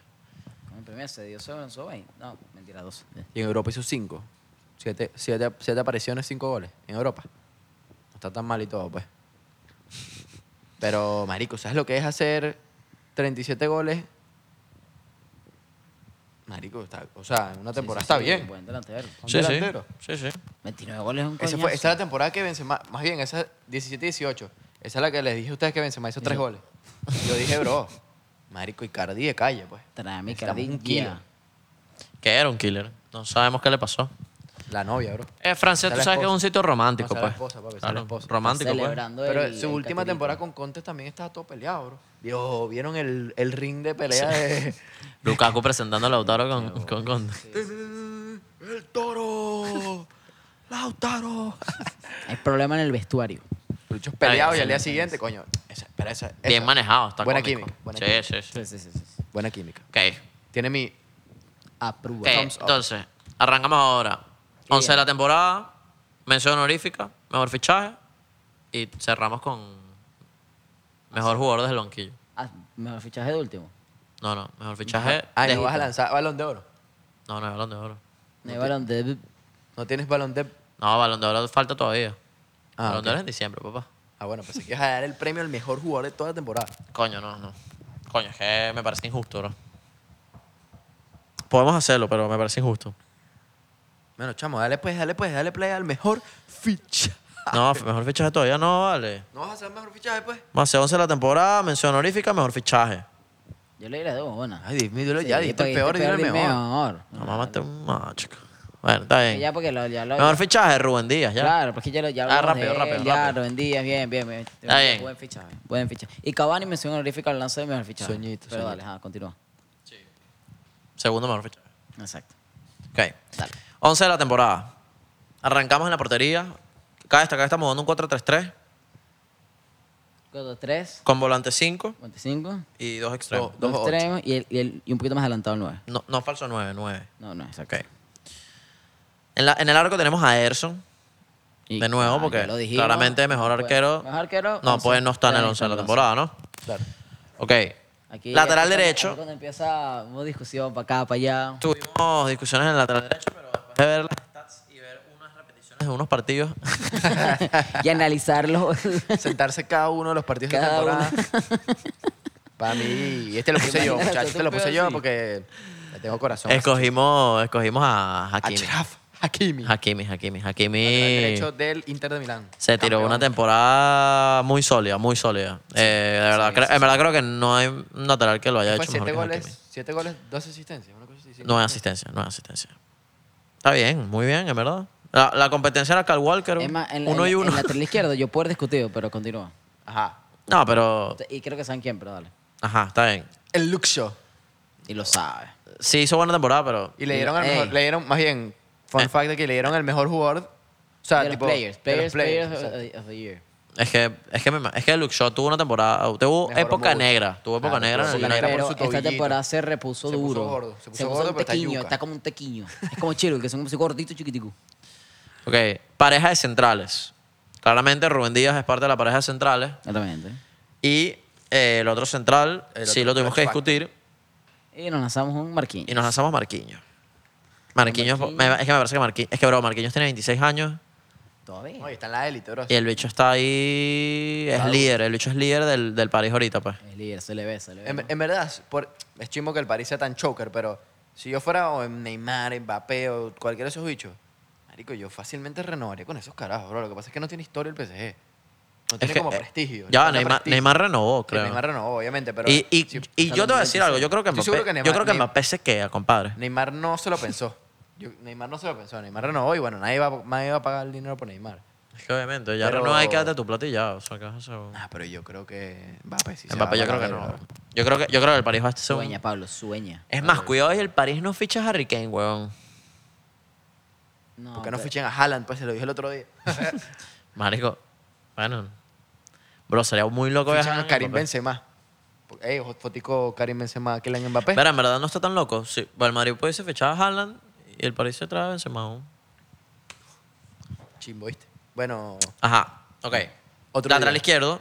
Con el primer se dio, se lanzó 20. No, mentira, 12. Y en Europa hizo 5. 7, apariciones, 5 goles en Europa. No está tan mal y todo, pues. Pero, Marico, ¿sabes lo que es hacer 37 goles? Marico, está, o sea, en una temporada está bien. Buen delantero. Un Sí, sí. delantero. Sí, sí. 29 goles es un Ese coñazo. fue, esa es la temporada que Benzema, más bien, esa 17-18. Esa es la que les dije a ustedes que Benzema hizo tres goles. Yo dije, bro, marico, Icardi de calle, pues. Tráeme Necesitamos Icardi un kilo. ya. Que era un killer. No sabemos qué le pasó. La novia, bro. Eh, Francia, Está tú la sabes que es esposa. un sitio romántico, No, está la pues. esposa, papi, está Claro, la esposa. Romántico, pues. Celebrando Pero el- su el última catirito. temporada con Conte también estaba todo peleado, bro. Dios, ¿vieron el, el ring de pelea de... Lukaku presentando a Lautaro con, con, con- ¡El toro! ¡Lautaro! Hay problema en el vestuario. Luchos peleados Ay, y al día sí, siguiente, coño. Esa, pero esa, Bien esa- manejado, está Buena cómico. química, buena sí, química. sí, sí. Sí, sí, sí. sí, sí. Buena química. Ok. Tiene mi... Aprueba. Ok, Thumbs up. entonces, arrancamos ahora. 11 de la temporada, mención honorífica, mejor fichaje y cerramos con mejor jugador desde el banquillo. Ah, mejor fichaje de último. No, no, mejor fichaje. Ah, ¿no de- vas a lanzar balón de oro? No, no, balón de oro. No hay balón de... ¿No tienes balón de No, balón de oro falta todavía. Ah, balón de ok. oro es en diciembre, papá. Ah, bueno, pensé que ibas a dar el premio al mejor jugador de toda la temporada. Coño, no, no. Coño, es que me parece injusto, bro. Podemos hacerlo, pero me parece injusto. Bueno, chamo, dale pues, dale pues, dale play al mejor fichaje. No, f- mejor fichaje todavía no, vale. ¿No vas a hacer el mejor fichaje, pues? Más 11 de la temporada, mención honorífica, mejor fichaje. Yo le di las dos, bueno. Ay, Dios mío, dilo Sí, ya, dijiste porque el peor, dilo el dime mejor. No, mamá, te... No, chico. Bueno, está bien. Ya porque lo, ya lo... Mejor fichaje, Rubén Díaz, ya. Claro, porque ya lo ya Ah, hablamos rápido, de él, rápido, Ya, rápido. Rubén Díaz, bien, bien, bien. Está bien. Buen fichaje, buen fichaje. Y Cavani mención honorífica al lanzador y mejor fichaje. Sueñito, Pero sueñito. dale, ajá, continúa. Segundo mejor fichaje. Exacto. Ok. Dale. 11 de la temporada. Arrancamos en la portería. Cada destacar estamos dando un 4-3-3 4, 3, con volante 5 25, y dos extremos. Dos, dos ocho. extremos y, el, y, el- y un poquito más adelantado el 9. No, no falso 9, 9. No, no, exacto. Ok. En, la- en el arco tenemos a Erson. Y- de nuevo, ah, porque ya lo dijimos. claramente mejor Pues, arquero. mejor arquero, No, once. pues no está en el Ya 11 de la está en el temporada, ¿no? Claro. Ok. lateral Aquí- aquí cuando- derecho. aquí Cuando empieza una discusión para acá, para allá. Tuvimos discusiones en el lateral derecho, pero después de ver las stats y ver unas repeticiones de unos partidos, y analizarlo. Sentarse cada uno de los partidos de Cada temporada. Para mí, y este lo puse yo, Imagínate, muchachos, este lo tú puse peor, yo sí. porque le tengo corazón. escogimos, escogimos a A Hakimi. Chiraf Hakimi. Hakimi, Hakimi, Hakimi. Lateral derecho del Inter de Milán. Se tiró Campeón. una temporada muy sólida, muy sólida. Eh, de verdad, creo- en verdad creo que no hay un lateral que lo haya Fue hecho mejor Pues siete que goles, Hakimi. siete goles, dos asistencias. Una cosa así, sí. No hay asistencia, no hay asistencia. Está bien, muy bien, en verdad. La, la competencia era Cal Walker, Es más, en, la- uno en, y la- uno. En la lateral izquierdo, yo puedo discutido, pero continúa. Ajá. No, pero... Y creo que saben quién, pero dale. Ajá, está bien. El Luxo. Y lo sabe. Sí hizo buena temporada, pero... Y le dieron, el Ey. mejor, le dieron, más bien, fun Eh. fact de que le dieron el mejor jugador. O sea, de los tipo, players, de players, los players, o sea, of, of the year. Es que, es que, me ma- es que Luke Shaw tuvo una temporada... Tuvo Mejoró época mucho. negra, tuvo época Claro, negra tuvo en época el negra. negra. Ah, por Pero su esta tobillo. temporada se repuso Se puso duro. gordo, se puso gordo, un pero está tequiño, yuca. está, como un tequiño. Es como Chiro, que es un gordito chiquitico. Ok, pareja de centrales. Claramente Rubén Díaz es parte de la pareja de centrales. Exactamente. Y eh, el otro central, El sí otro lo tuvimos que French factor. discutir. Y nos lanzamos un marquín. Y nos lanzamos Marquinhos. Marquinhos, Marquinhos. me- es que me parece que Marquinhos, es que bro, Marquinhos tiene 26 años eh, Todavía. no, y está en la élite, bro. y el bicho está ahí, es líder, el bicho es líder del, del París ahorita, pues. Es líder, se le ve, se le ve. En, en verdad, por, es chimo que el París sea tan choker, pero si yo fuera o en Neymar, Mbappé o cualquiera de esos bichos, marico, yo fácilmente renovaría con esos carajos, bro. Lo que pasa es que no tiene historia el PSG. No tiene que, como eh, prestigio. Ya, le Neymar, falta prestigio. Neymar renovó, Que creo. Neymar renovó, obviamente, pero y y, si- y yo te voy a decir algo, yo creo que Estoy seguro Mbappé, que Neymar- yo creo que Neymar- Mbappé se queda, compadre. Neymar no se lo pensó. Yo- Neymar no se lo pensó. Neymar renovó y bueno, nadie va, nadie va a pagar el dinero por Neymar. Es que obviamente, ya Pero- renovó y quédate tu plata y ya, o sea, ¿qué es eso? Ah, pero yo creo que Mbappé sí se Mbappé va yo a creo que pagar, no. bro. Yo creo que, yo creo que el París va a ser un- Sueña, Pablo, sueña. Es más, cuidado y el París no ficha a Harry Kane, weón. No, ¿Por qué no pero- fichen a Haaland? Pues se lo dije el otro día. Marico, bueno. Bro, sería muy loco ver Fichan a Karim Mbappé. Benzema. Ey, ojo, fotico Karim Benzema, que en Mbappé. Pero en verdad no está tan loco. Sí, pues, el Madrid pudiese fichar a Haaland y el París se trae a Benzema aún. Chimbo, ¿viste? Bueno, Ajá, ok. Otro Lateral día. izquierdo.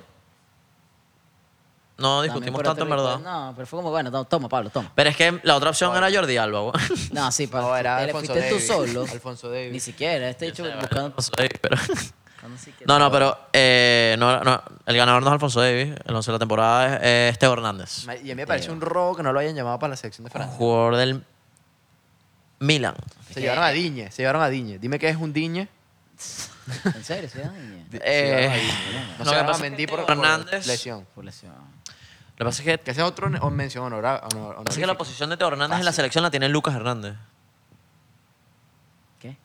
No También discutimos por tanto, en otro verdad. lado- No, pero fue como, bueno, to- toma, Pablo, toma. Pero es que la otra opción era Jordi Alba, weón. No, sí, Pablo. No, era te le Alfonso fuiste tú Davies. solo. Alfonso Davies. Ni siquiera, este hecho buscando... No sé, pero- buscando si que- No, no, pero eh, no, no, el ganador no es Alfonso Davis, el 11 de la temporada es, es Teo Hernández. ma- y a mí me parece un robo que no lo hayan llamado para la selección de Francia. Jugador del Milan. Se llevaron a Diñe, se llevaron a Diñe. Dime qué es un Diñe. En serio, sí, ay, Eh, lo No se que van a pasa es mentir que por, Teo por Hernández- lesión. por lesión. Lo que pasa es que Que ese es otro o mención honorable. Así que la posición de Teo Hernández en la selección la tiene Lucas Hernández. ¿Qué?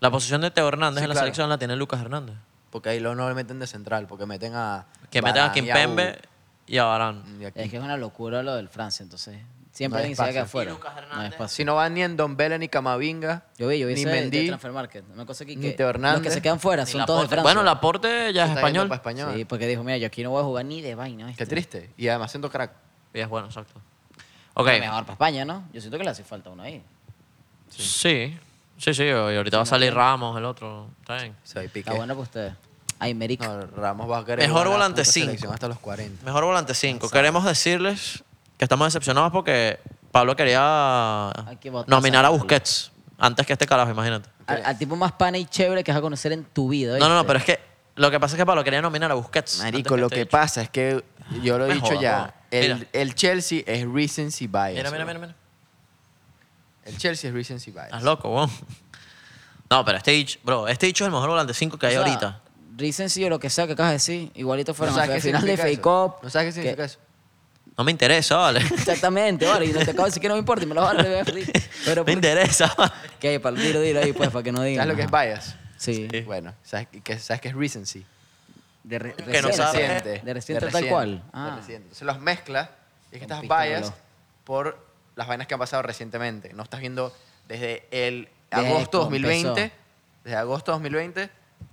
La posición de Teo Hernández Sí, en la claro. selección la tiene Lucas Hernández. Porque ahí luego no le meten de central, porque meten a. Que meten a Varane y Kimpembe y a Barán. U- y a Es que es una locura lo del Francia, entonces. No Siempre hay alguien se va a espacio. quedar afuera. Y Lucas No hay Hernández. espacio. Si no van ni en Don Bele ni Camavinga. Yo vi, yo vi ni ese de- de Mendy. Transfer Market. Una cosa que, ni Teo que los que Hernández, se quedan fuera Y son Laporte- todos de Francia. Bueno, Laporte ya es está yendo español. pa' Español. Sí, porque dijo, mira, yo aquí no voy a jugar ni de vaina. Qué ¿viste? triste. Y además siendo crack. Y es bueno, exacto. Ok. Pero Mejor para España, ¿no? Yo siento que le hace falta uno ahí. Sí. Sí, sí. Y ahorita va a salir Ramos, el otro. Está bien. Se va y pique. Está bueno para ustedes. Ay, Merica. No, Ramos va a querer Mejor jugar a la volante puta cinco. selección hasta los 40. Mejor volante 5. Queremos decirles que estamos decepcionados porque Pablo quería Hay que votar nominar a a Pablo. Busquets antes que este carajo, imagínate. Al, al tipo más pana y chévere que vas a conocer en tu vida. No, no, no, ¿oíste? pero es que lo que pasa es que Pablo quería nominar a Busquets. antes Marico, lo este que bicho. pasa es que yo lo he Me dicho jodas, ya. no. El, Mira. el Chelsea es recency bias. Mira, mira, bro. mira, mira. El Chelsea es recency bias. Estás loco, weón. No, pero este bicho, bro, este bicho es el mejor volante 5 que hay O sea, ahorita. Recency o lo que sea que acabas de decir, igualito ¿No fueron a sabes la qué final de significa Fake eso? Cup. ¿No sabes qué significa eso? No me interesa, vale. Exactamente, vale. Y no te acabo de decir que no me importa y me lo vas a reír. me Pero ¿por qué? interesa, vale. ¿Qué hay? Para dilo, dilo ahí, pues, para que no digan. ¿Sabes lo que es ajá. bias? Sí. Ah. Sí. Bueno, ¿sabes qué, sabes qué es recency? De re- Que no reciente, sabe. ¿eh? reciente. De reciente tal cual. De Ah. reciente. Entonces los mezclas y es que Con estás pista de bias reloj. por las vainas que han pasado recientemente. No estás viendo desde el Desde agosto que 2020, empezó. desde agosto 2020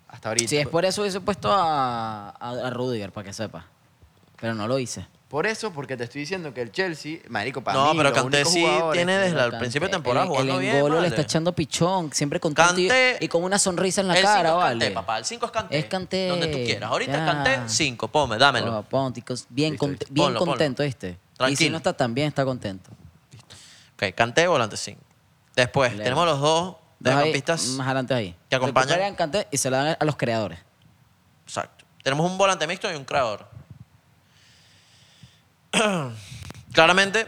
hasta ahorita. Si es por eso hubiese puesto a, a, a Rudiger, para que sepa. Pero no lo hice. Por eso, porque te estoy diciendo que el Chelsea, marico, para No, mí, pero los Kanté únicos sí jugadores- tiene desde Pero el principio de Kanté, temporada el, jugando el bien, N'Golo vale. le está echando pichón, siempre contento y, Kanté- y con una sonrisa en la El cinco cara, es vale. Kanté, papá. El 5 es Canté. Es Kanté, Donde tú quieras. Ahorita es ya. Canté 5. Pome, dámelo. Oh, ponte, cos- bien Listo, conte- listo. bien Ponlo, ponlo. contento, este. Y si Tranquilo. no está tan bien, está contento. Ok, Canté volante 5. Después, Leo. tenemos los dos Dos ahí, mediocampistas. Más adelante ahí. que acompañan. Recuperan Kanté y se la dan a los creadores. Exacto. Tenemos un volante mixto y un creador. Claramente,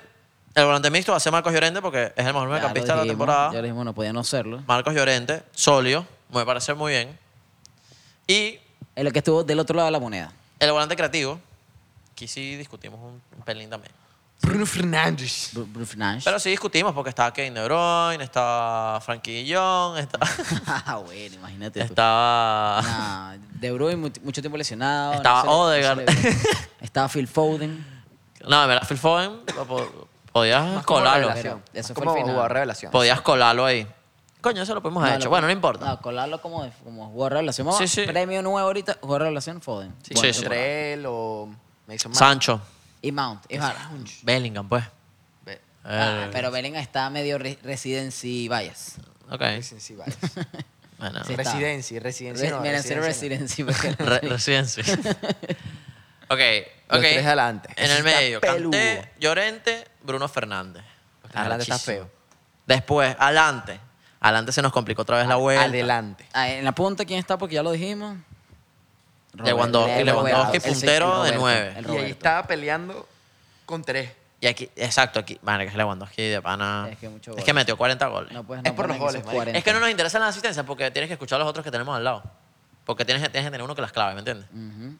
el volante mixto va a ser Marcos Llorente porque es el mejor Ya lo mediocampista de la dijimos, temporada. Ya lo dijimos, no podía no serlo. Marcos Llorente, sólido, me parece muy bien. Y El que estuvo del otro lado de la moneda. el volante creativo, aquí sí discutimos un, un pelín también. Bruno Fernández. Bru- Bruce Nash. Pero sí discutimos porque está Kevin De Bruyne, está Frankie Guillón, está, Ah, bueno, imagínate. tú. estaba, Nah, de Bruyne mu- mucho tiempo lesionado. no estaba se le- no se Odegaard. le ve. Estaba Phil Foden. No, en verdad, Phil Foden, lo po- podías Como colarlo. revelación. Pero eso Más fue el como final. jugador revelación. Podías colarlo ahí. Coño, eso lo podemos haber lo hecho. pon- Bueno, no importa. No, colarlo como, de- como jugador de relación. Sí, Vamos, sí. Premio nuevo ahorita, jugador de relación, Foden. Sí, Sí, sí. Entre él o Mason Mount. Sancho, Y Mount. y Haaland. Bellingham, pues. Ve, Ah, Eh, pero Bellingham está medio re residency bias. ok. Recency bias. Bueno. Sí. Residency, residency. Re- no, Miren, ser residency no. residency. porque- Re- residencia. ok, ok. Los tres adelante. En el Eso está medio, peludo. Kanté, Llorente, Bruno Fernández. Los tres adelante está Arrechísimo. feo. Después, adelante. Adelante se nos complicó otra vez la vuelta. Adelante. Ah, en la punta, ¿quién está? Porque ya lo dijimos. Lewandowski, Robert- Lewandowski, el- el- el puntero de Roberto, nueve. el Y ahí Roberto. estaba peleando con tres. Y aquí, exacto, aquí. Vale, que es Lewandowski de pana. Es que mucho Es gol. metió 40 goles. No puedes Es no por los poner que goles, son marico. 40. Es que no nos interesan las asistencias porque tienes que escuchar a los otros que tenemos al lado. Porque tienes, que- tienes que tener uno que las clave, ¿me entiendes? Mm. Ujú.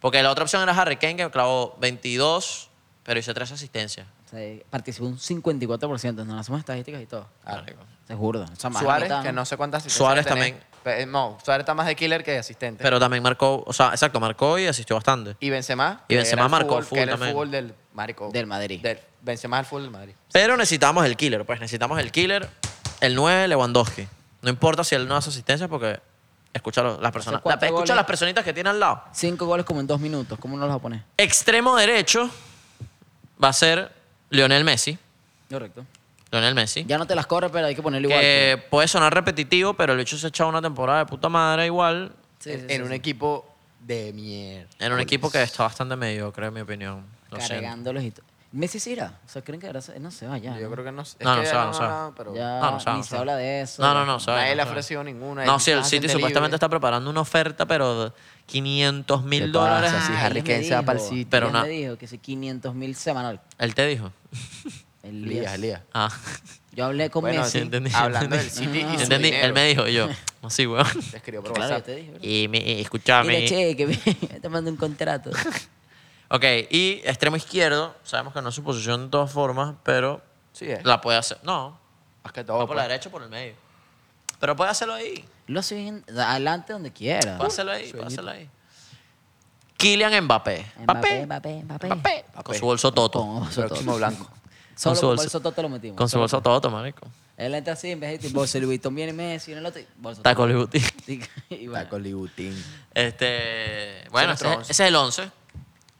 Porque la otra opción era Harry Kane, que clavó 22, pero hizo tres asistencias. O sea, participó un 54%. Nos hacemos estadísticas y todo. Marico. Se juro. O sea, más de la Suárez, mitad, que ¿no? no sé cuántas asistencias Suárez va a tener. también. Pe- eh, No, Suárez está más de killer que de asistente. Pero también marcó, o sea, exacto, marcó y asistió bastante. y Benzema. Y que Benzema era el marcó fútbol, full que era el también. fútbol del marico. Del Madrid. Del- Benzema es el fútbol del Madrid. Pero necesitamos el killer, pues necesitamos el killer, el 9, Lewandowski. No importa si él no hace asistencias porque escucha a los- las personas. cuatro la- escucha a goles. las personitas que tiene al lado. Cinco goles como en dos minutos. ¿Cómo no los va a poner? Extremo derecho va a ser Lionel Messi. Correcto. Lionel Messi. Ya no te las corre, pero hay que ponerlo igual. que puede sonar repetitivo, pero el bicho se ha echado una temporada de puta madre igual pues. Sí, sí, en sí, en un sí. equipo de mierda. en un equipo que está bastante mediocre, en mi opinión. Lo siento. Cargándolos y todo. Messi se irá. O sea, creen que ahora se- no se vaya. Yo ¿no? creo que no sé. No, no que se va, no se va. pero Ya Ah, No, no se va, ni no se se va. habla de eso. No, no, no. se va, nadie le ha se va. ofrecido ninguna. No, y sí, el está City gente supuestamente libre. está preparando una oferta, pero de 500 mil ¿Qué dólares. pasa? Si Ah, Harry él me Kane se va dijo, pa'l City. Pero él na- me dijo que si 500 mil semanal. Él te dijo. Elías, Elías. Elías. Ah, Yo hablé con Bueno, Messi. sí, entendí. Hablando entendí. del City y su Ah, entendí. dinero. Él me dijo, y yo, así, weón. Te escribió por Claro, yo WhatsApp. te dije. bro. Y me, y Mira, escuchame. che, que me- te mando un contrato. Ok, y extremo izquierdo, sabemos que no es su posición de todas formas, pero Sí, es. la puede hacer. No, Más que va todo. por la pues. derecha o por el medio. Pero puede hacerlo ahí. Lo siguen adelante donde quiera. Pásalo ahí, pásalo ahí. Kylian Mbappé. Mbappé. Mbappé, Mbappé. Mbappé. Con su bolso toto. Con bolso Próximo toto. blanco. Solo su con bolso- bolso toto lo metimos. Con su Solo- bolso toto, marico. Él entra así, en vez de bolso Louis Vuitton viene Messi, viene el otro y bolso Taco Louis Vuitton. toto. Y bueno, Está con Libutín. Este, bueno, nuestro ese, once. ese es el 11. Esos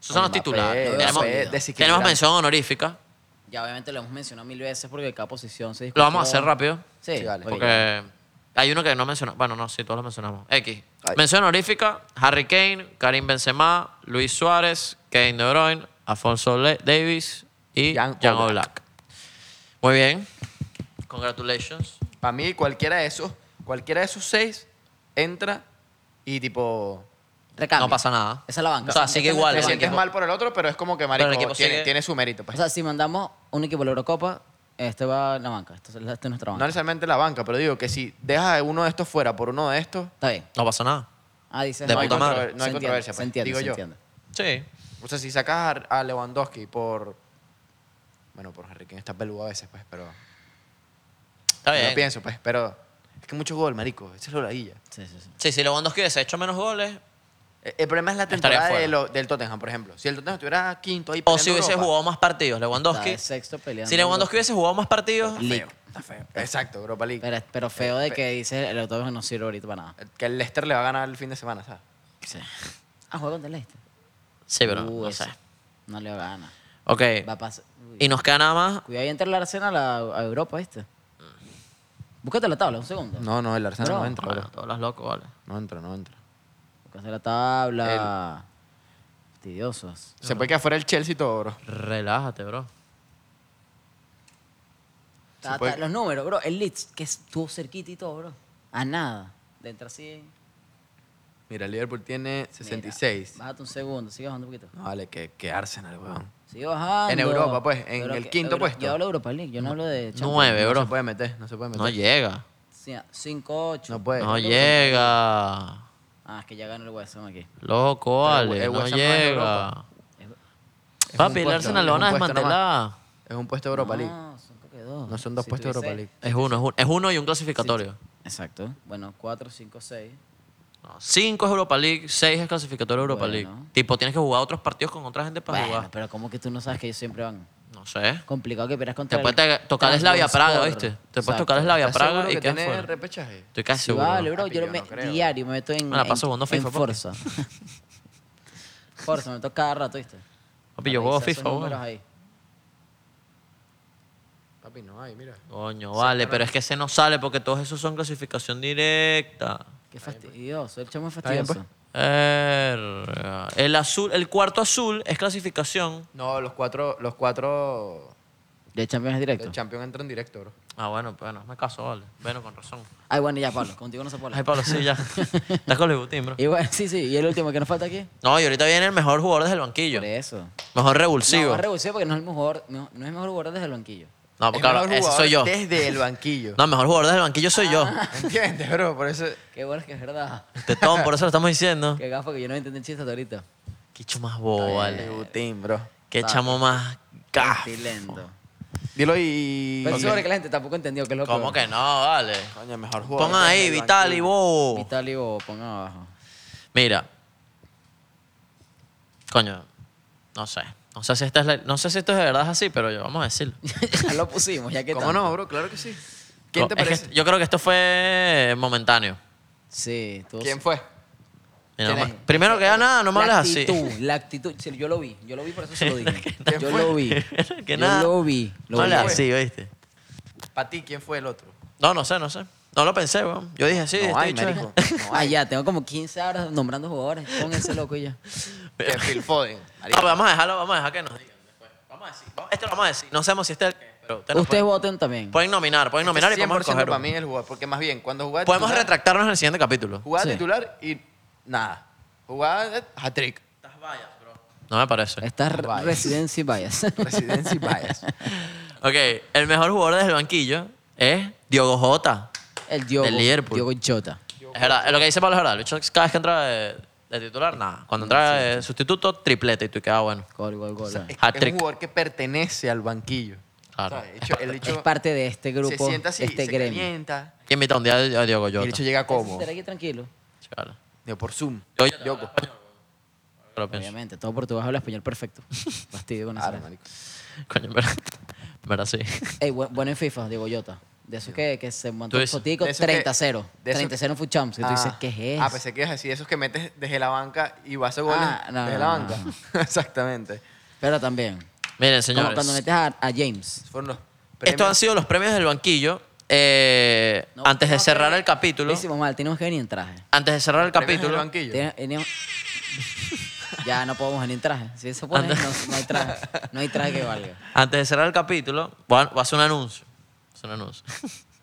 son los Mbappé, titulares. Mbappé, Tenemos, desequilibrante. tenemos mención honorífica. ya obviamente lo hemos mencionado mil veces porque cada posición se discute. Lo vamos a hacer rápido. Sí, Sí, vale. porque- Porque Hay uno que no mencionamos. Bueno, no, sí, todos lo mencionamos. X. Ay. Mención honorífica: Harry Kane, Karim Benzema, Luis Suárez, Kevin De Bruyne, Alfonso Le- Davis y Jan Jan, Oblak. Oblak. Muy bien. Congratulations. Para mí, cualquiera de esos, cualquiera de esos seis entra y tipo. Recambio. No pasa nada. Esa es la banca. O sea, sigue igual. Te el sientes equipo- mal por el otro, pero es como que marico el equipo tiene, sigue- tiene su mérito. O pues. sea, si mandamos un equipo a la Eurocopa, este va a la banca. Este, es- este es no nuestra banca. necesariamente la banca, pero digo que si dejas a uno de estos fuera por uno de estos, Está bien. No pasa nada. Ah, dices. De no hay, puta madre. controver- no hay Se entiende, controversia. Se pues, entiende, digo se yo. entiende. Sí. O sea, si sacas a, a Lewandowski por. Bueno, por Harry Kane está peludo a veces, pues, pero. Está Yo bien. Lo pienso, pues, pero. Es que mucho gol, marico. Esa es la ladilla. Sí, sí, sí. Sí, si Lewandowski hubiese hecho menos goles, Eh, El problema es la Estaría temporada fuera. de lo- del Tottenham, por ejemplo. Si el Tottenham estuviera quinto ahí o si peleando hubiese Europa- jugado más partidos, Lewandowski. Está de sexto peleando Si Lewandowski hubiese jugado más partidos, League. Está feo. Exacto, Europa League. Pero, pero feo de que dice el autógrafo no sirve ahorita para nada. Que el Leicester le va a ganar el fin de semana, ¿sabes? Sí. Ah, juega contra el este. sí, pero Uh, no ese. sé. No le gana. Ok. Va a pasar. Uy. Y nos queda nada más. Cuidado y entra el Arsenal a, a Europa, ¿viste? Búscate la tabla, un segundo. No, no, el Arsenal Bro. no entra, Bueno, bro. todos los locos, vale. No entra, no entra. Búscate la tabla. Fastidiosos. Se puede quedar fuera el Chelsea y todo, bro. Relájate, bro. Ta- ta- puede- los números, bro. El Leeds, que estuvo cerquita y todo, bro. A nada. De entrar así. Mira, el Liverpool tiene mira, 66. Bájate un segundo, sigue bajando un poquito. No, vale, que, que Arsenal, weón. Sigue bajando. En Europa, pues, en Pero el que- quinto Euro- puesto. Yo hablo de Europa League, yo no hablo de Champions. Nueve, No bro. se puede meter, no se puede meter. No llega. Sí, ah, 5-8. No puede. No llega. Ah, es que ya ganó el West Ham aquí. Loco, Pero vale. el No West Ham no es llega. Es- Es un Papi, el puesto, Arsenal lo es van a un puesto nomás. desmantelar. Es un puesto de Europa League. No, Ah, son creo que dos. No son dos Si puestos de Europa tuviese- League. Es uno, es uno, es uno y un clasificatorio. Exacto. Bueno, 4, 5, 6. No, Cinco es Europa League, seis es clasificatorio Europa Bueno. League. Tipo, tienes que jugar otros partidos con otra gente para jugar. pero ¿cómo que tú no sabes que ellos siempre van? No sé. Complicado que pierdas contra Te puede te- tocar Slavia Praga, ¿viste? Te puedes tocar Slavia ¿Estás Praga seguro y que quedas tiene fuera. repechaje? Estoy casi Sí, seguro. vale, bro. Papi, Yo, yo me, no creo. diario me meto en, Me la paso en- jugando en FIFA, papi. Forza. Forza, me toca cada rato, ¿viste? Papi, yo juego Revisar esos FIFA, números weón. ahí. Papi, no hay, mira. Coño, vale, pero es que ese no sale porque todos esos son clasificación directa. Qué pues. fastidioso, el chamo es bien, fastidioso. Erga. El azul, el cuarto azul es clasificación. No, los cuatro, los cuatro pues. De Champions es del directo. Champions entran directo, bro. Ah, bueno, bueno, me caso, vale. Bueno, con razón. Ay, bueno, ya, Pablo, contigo no se puede. Ay, Pablo, sí, ya. Estás con el butín, bro. Y bueno, sí, sí. ¿Y el último que nos falta aquí? No, y ahorita viene el mejor jugador desde el banquillo. Por eso. Mejor no, revulsivo. más revulsivo porque no es el mejor, no, no es el mejor jugador desde el banquillo. No, Es porque claro, mejor ese jugador soy yo. Desde el banquillo. No, mejor jugador desde el banquillo soy yo. ¿Entiendes, bro? Por eso. Qué bueno que es verdad. Tetón, por eso lo estamos diciendo. Qué gafo que yo no entendí el chiste hasta ahorita. Qué chamo más bobo, El vale. Eh, butín, bro. Qué chamo más gafo. Tilento. Dilo y. Pero sobre que la gente tampoco entendió que es lo ¿Cómo peor. que no, vale? Coño, mejor jugador. Pongan ahí, desde el Vitali, banquillo. bobo. Vitali o pongan abajo. Mira. Coño. No sé. No sé si, esta es la- no sé si esto es de verdad así, pero yo, vamos a decirlo. ya lo pusimos, ya que ¿Cómo no, bro? Claro que sí. Co- ¿Quién te es que parece? esto- yo creo que esto fue momentáneo. Sí, tú. ¿Quién fue? Mira, ¿Quién no es? me- primero que nada, no me la hables así. actitud, La actitud, sí, yo lo vi, yo lo vi, por eso se lo dije. ¿Quién yo fue? lo vi. Primero que yo nada, lo vi. No Lo me vi. hables así, ¿viste? Para ti, ¿quién fue el otro? No, no sé, no sé. No lo pensé, weón. Yo dije, sí, No este hay, bicho es- marico. Ah, ya, tengo como 15 horas nombrando jugadores. Pónganse loco y ya. Que Phil Foden. No, pero vamos a dejarlo, vamos a dejar que nos digan después. Vamos a decir, vamos- esto lo vamos a decir. No sabemos si este es el que, pero ustedes nos Ustedes pueden, voten también. pueden nominar, pueden nominar y podemos 100% escoger Este para uno. mí el jugador. Porque más bien, cuando jugaba Podemos titular, retractarnos en el siguiente capítulo. jugaba Sí. titular y nada. Jugaba eh, hat-trick. No me parece. Esta es Bias. Residency Bias. Residencia y bias. Ok, el mejor jugador desde el banquillo es Diogo Jota. El Diogo. Del Liverpool. Diogo Jota. Es verdad, es lo que dice Pablo Gerard. Cada vez que entra de, de titular, nada. Cuando entra de sustituto, triplete y tú queda bueno. Gol, gol, gol. gol. Es un Hat-trick. jugador que pertenece al banquillo. Claro. ¿Sabes? El hecho- el Es hecho parte de este se grupo, sienta así, de este se gremio. calienta. ¿Quién invita un día a Diogo Y el Jota? hecho llega como. Estará aquí tranquilo. Chaval. Digo, por Zoom. Yo- Yoko. Lo pienso. Obviamente, todo portugués habla español perfecto. Fastidio con Claro, eso. marico. Coño, en verdad. en verdad sí. Ey, bu- bueno en FIFA, Diego Jota. De esos que, que se montó Tú un dices- fotico de esos que- 30-0. de esos- 30-0 en Food Champs. Y tú dices, Ah. ¿qué es eso? Ah, pues, pensé que es así, esos que metes desde la banca y vas a goles Ah, no, desde no, la no, banca. Exactamente. Pero también, Miren, como cuando señores. metes a, a James. Esos fueron los premios. Estos han sido los premios del banquillo. eh, No, antes de no, cerrar que- el capítulo, Lo hicimos mal, tenemos que venir en traje. antes de cerrar el ¿Premios en el capítulo, banquillo? Tiene- teníamos- ya no podemos venir en traje. Si eso pone, no, no hay traje. No hay traje que valga. antes de cerrar el capítulo, voy a, voy a hacer un anuncio. Voy a hacer un anuncio.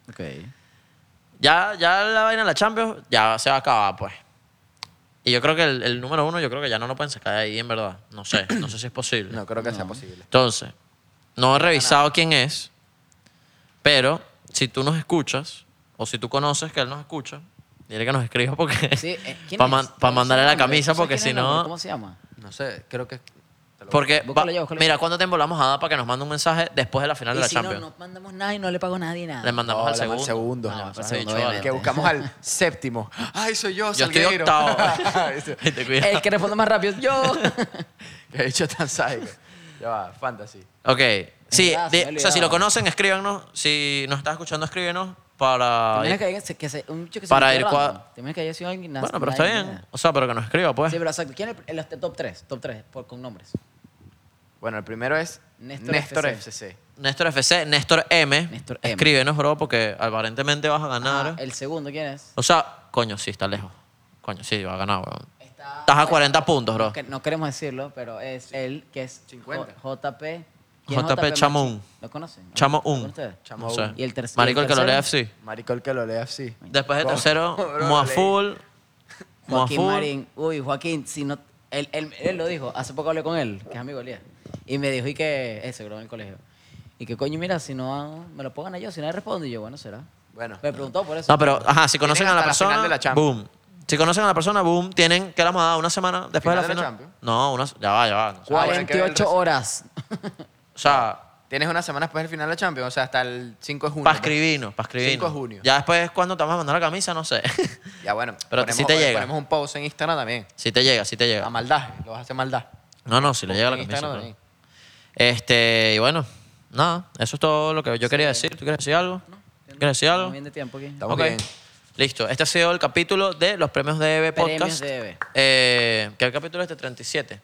Ok. ya, ya la vaina de la Champions ya se va a acabar, pues. Y yo creo que el, el número uno, yo creo que ya no lo pueden sacar de ahí, en verdad. No sé, no sé si es posible. No creo que sea posible. Entonces, no he revisado quién es, pero si tú nos escuchas, o si tú conoces que él nos escucha, dile que nos escriba porque... Sí, eh, ¿quién Para es? para mandarle la ¿Quién es el camisa nombre? porque ¿Tú sabes si quién es el nombre? no... ¿Cómo se llama? No sé, creo que. Porque, va- Búscalo ya, búscalo ya. mira, ¿cuándo te envolamos a dar para que nos mande un mensaje después de la final de Y la si no, Champions? no mandamos nada y no le pago a nadie nada. Le mandamos No, al le mando segundo. al segundo. Ah, No, ese al segundo, bicho vale. obviamente. Que buscamos al séptimo. ¡Ay, soy yo, Yo estoy Salgueiro! octavo. Y te cuidas. El que responda más rápido es yo. Qué bicho tan sádico. Ya va, fantasy. Ok. Sí, verdad, de- se me o sea, si olvidaba. lo conocen, escríbanos. Si nos estás escuchando, escríbenos para... Te imaginas que haya- se- que se- un bicho que se Para metió ir random. cua- Te imaginas que haya sido alguien. nada- Bueno, pero está nadie ni bien. nada. O sea, pero que nos escriba, pues. Sí, pero exacto. ¿Quién es el, el top 3? Top 3, con nombres. Bueno, el primero es Néstor Néstor, FC. FCC. Néstor FC, Néstor M. Néstor M. Escríbenos, bro, porque aparentemente vas a ganar. Ah, el segundo, ¿quién es? O sea, coño, sí, está lejos. Coño, sí, vas a ganar, weón. Está- Estás a 40 puntos, bro. No, que- no queremos decirlo, pero es él que es 50. J- JP. ¿Quién es JP Chamón. Machi? ¿Lo conocen? ¿Lo Chamo conocen un. ustedes? Chamo No sé. un. Y el terc- Marico, y el el que lo lea, tercero. sí. Maricol que lo lea así. Después de Bro, tercero, bro, lo Moaful. Joaquín Moaful. Marín. Uy, Joaquín, si no. Él, él- él lo dijo, hace poco hablé con él, que es amigo de Elías. Y me dijo, y que. Ese, creo, en el colegio. Y que coño, mira, si no han- me lo pongan a yo, si nadie responde, y yo, bueno, será. Bueno. Me preguntó por eso. No, pero, ajá, si conocen Tienen a la hasta la persona, final de la Champions. boom. Si conocen a la persona, boom, tienen, ¿qué le vamos a dar? ¿Una semana después de la ¿Final de la final? Champions? no, una, ya va, ya va. no sé. ¿Cuál? Ah, bueno, hay que ver el 48 resto. horas. O sea, Tienes una semana después del final de la Champions, o sea, hasta el 5 de junio. para escribirnos, para escribirnos. 5 de junio. Ya después, cuando te vamos a mandar la camisa? No sé. Ya bueno, Pero sí te oye, llega. ponemos un post en Instagram también. si te llega, si te llega. A maldad, lo vas a hacer maldad. No, no, si le llega la En camisa. Instagram claro. también. Este, y bueno, nada, eso es todo lo que yo quería decir. ¿Tú quieres decir algo? ¿Quieres decir algo? Estamos bien de tiempo aquí. Estamos Ok. bien. Listo, este ha sido el capítulo de los premios de EB Premios Podcast. E de EB. Eh, ¿Qué capítulo es este? 37.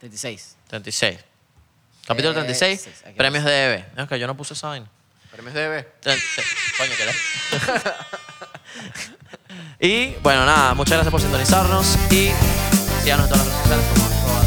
36. 36. Capítulo Eh, 36, seis, aquí premios de EB. Es que yo no puse esa vaina. Premios de bebé. Treinta- Coño, que le- y bueno, nada, muchas gracias por sintonizarnos y síganos en todas las redes sociales como arroba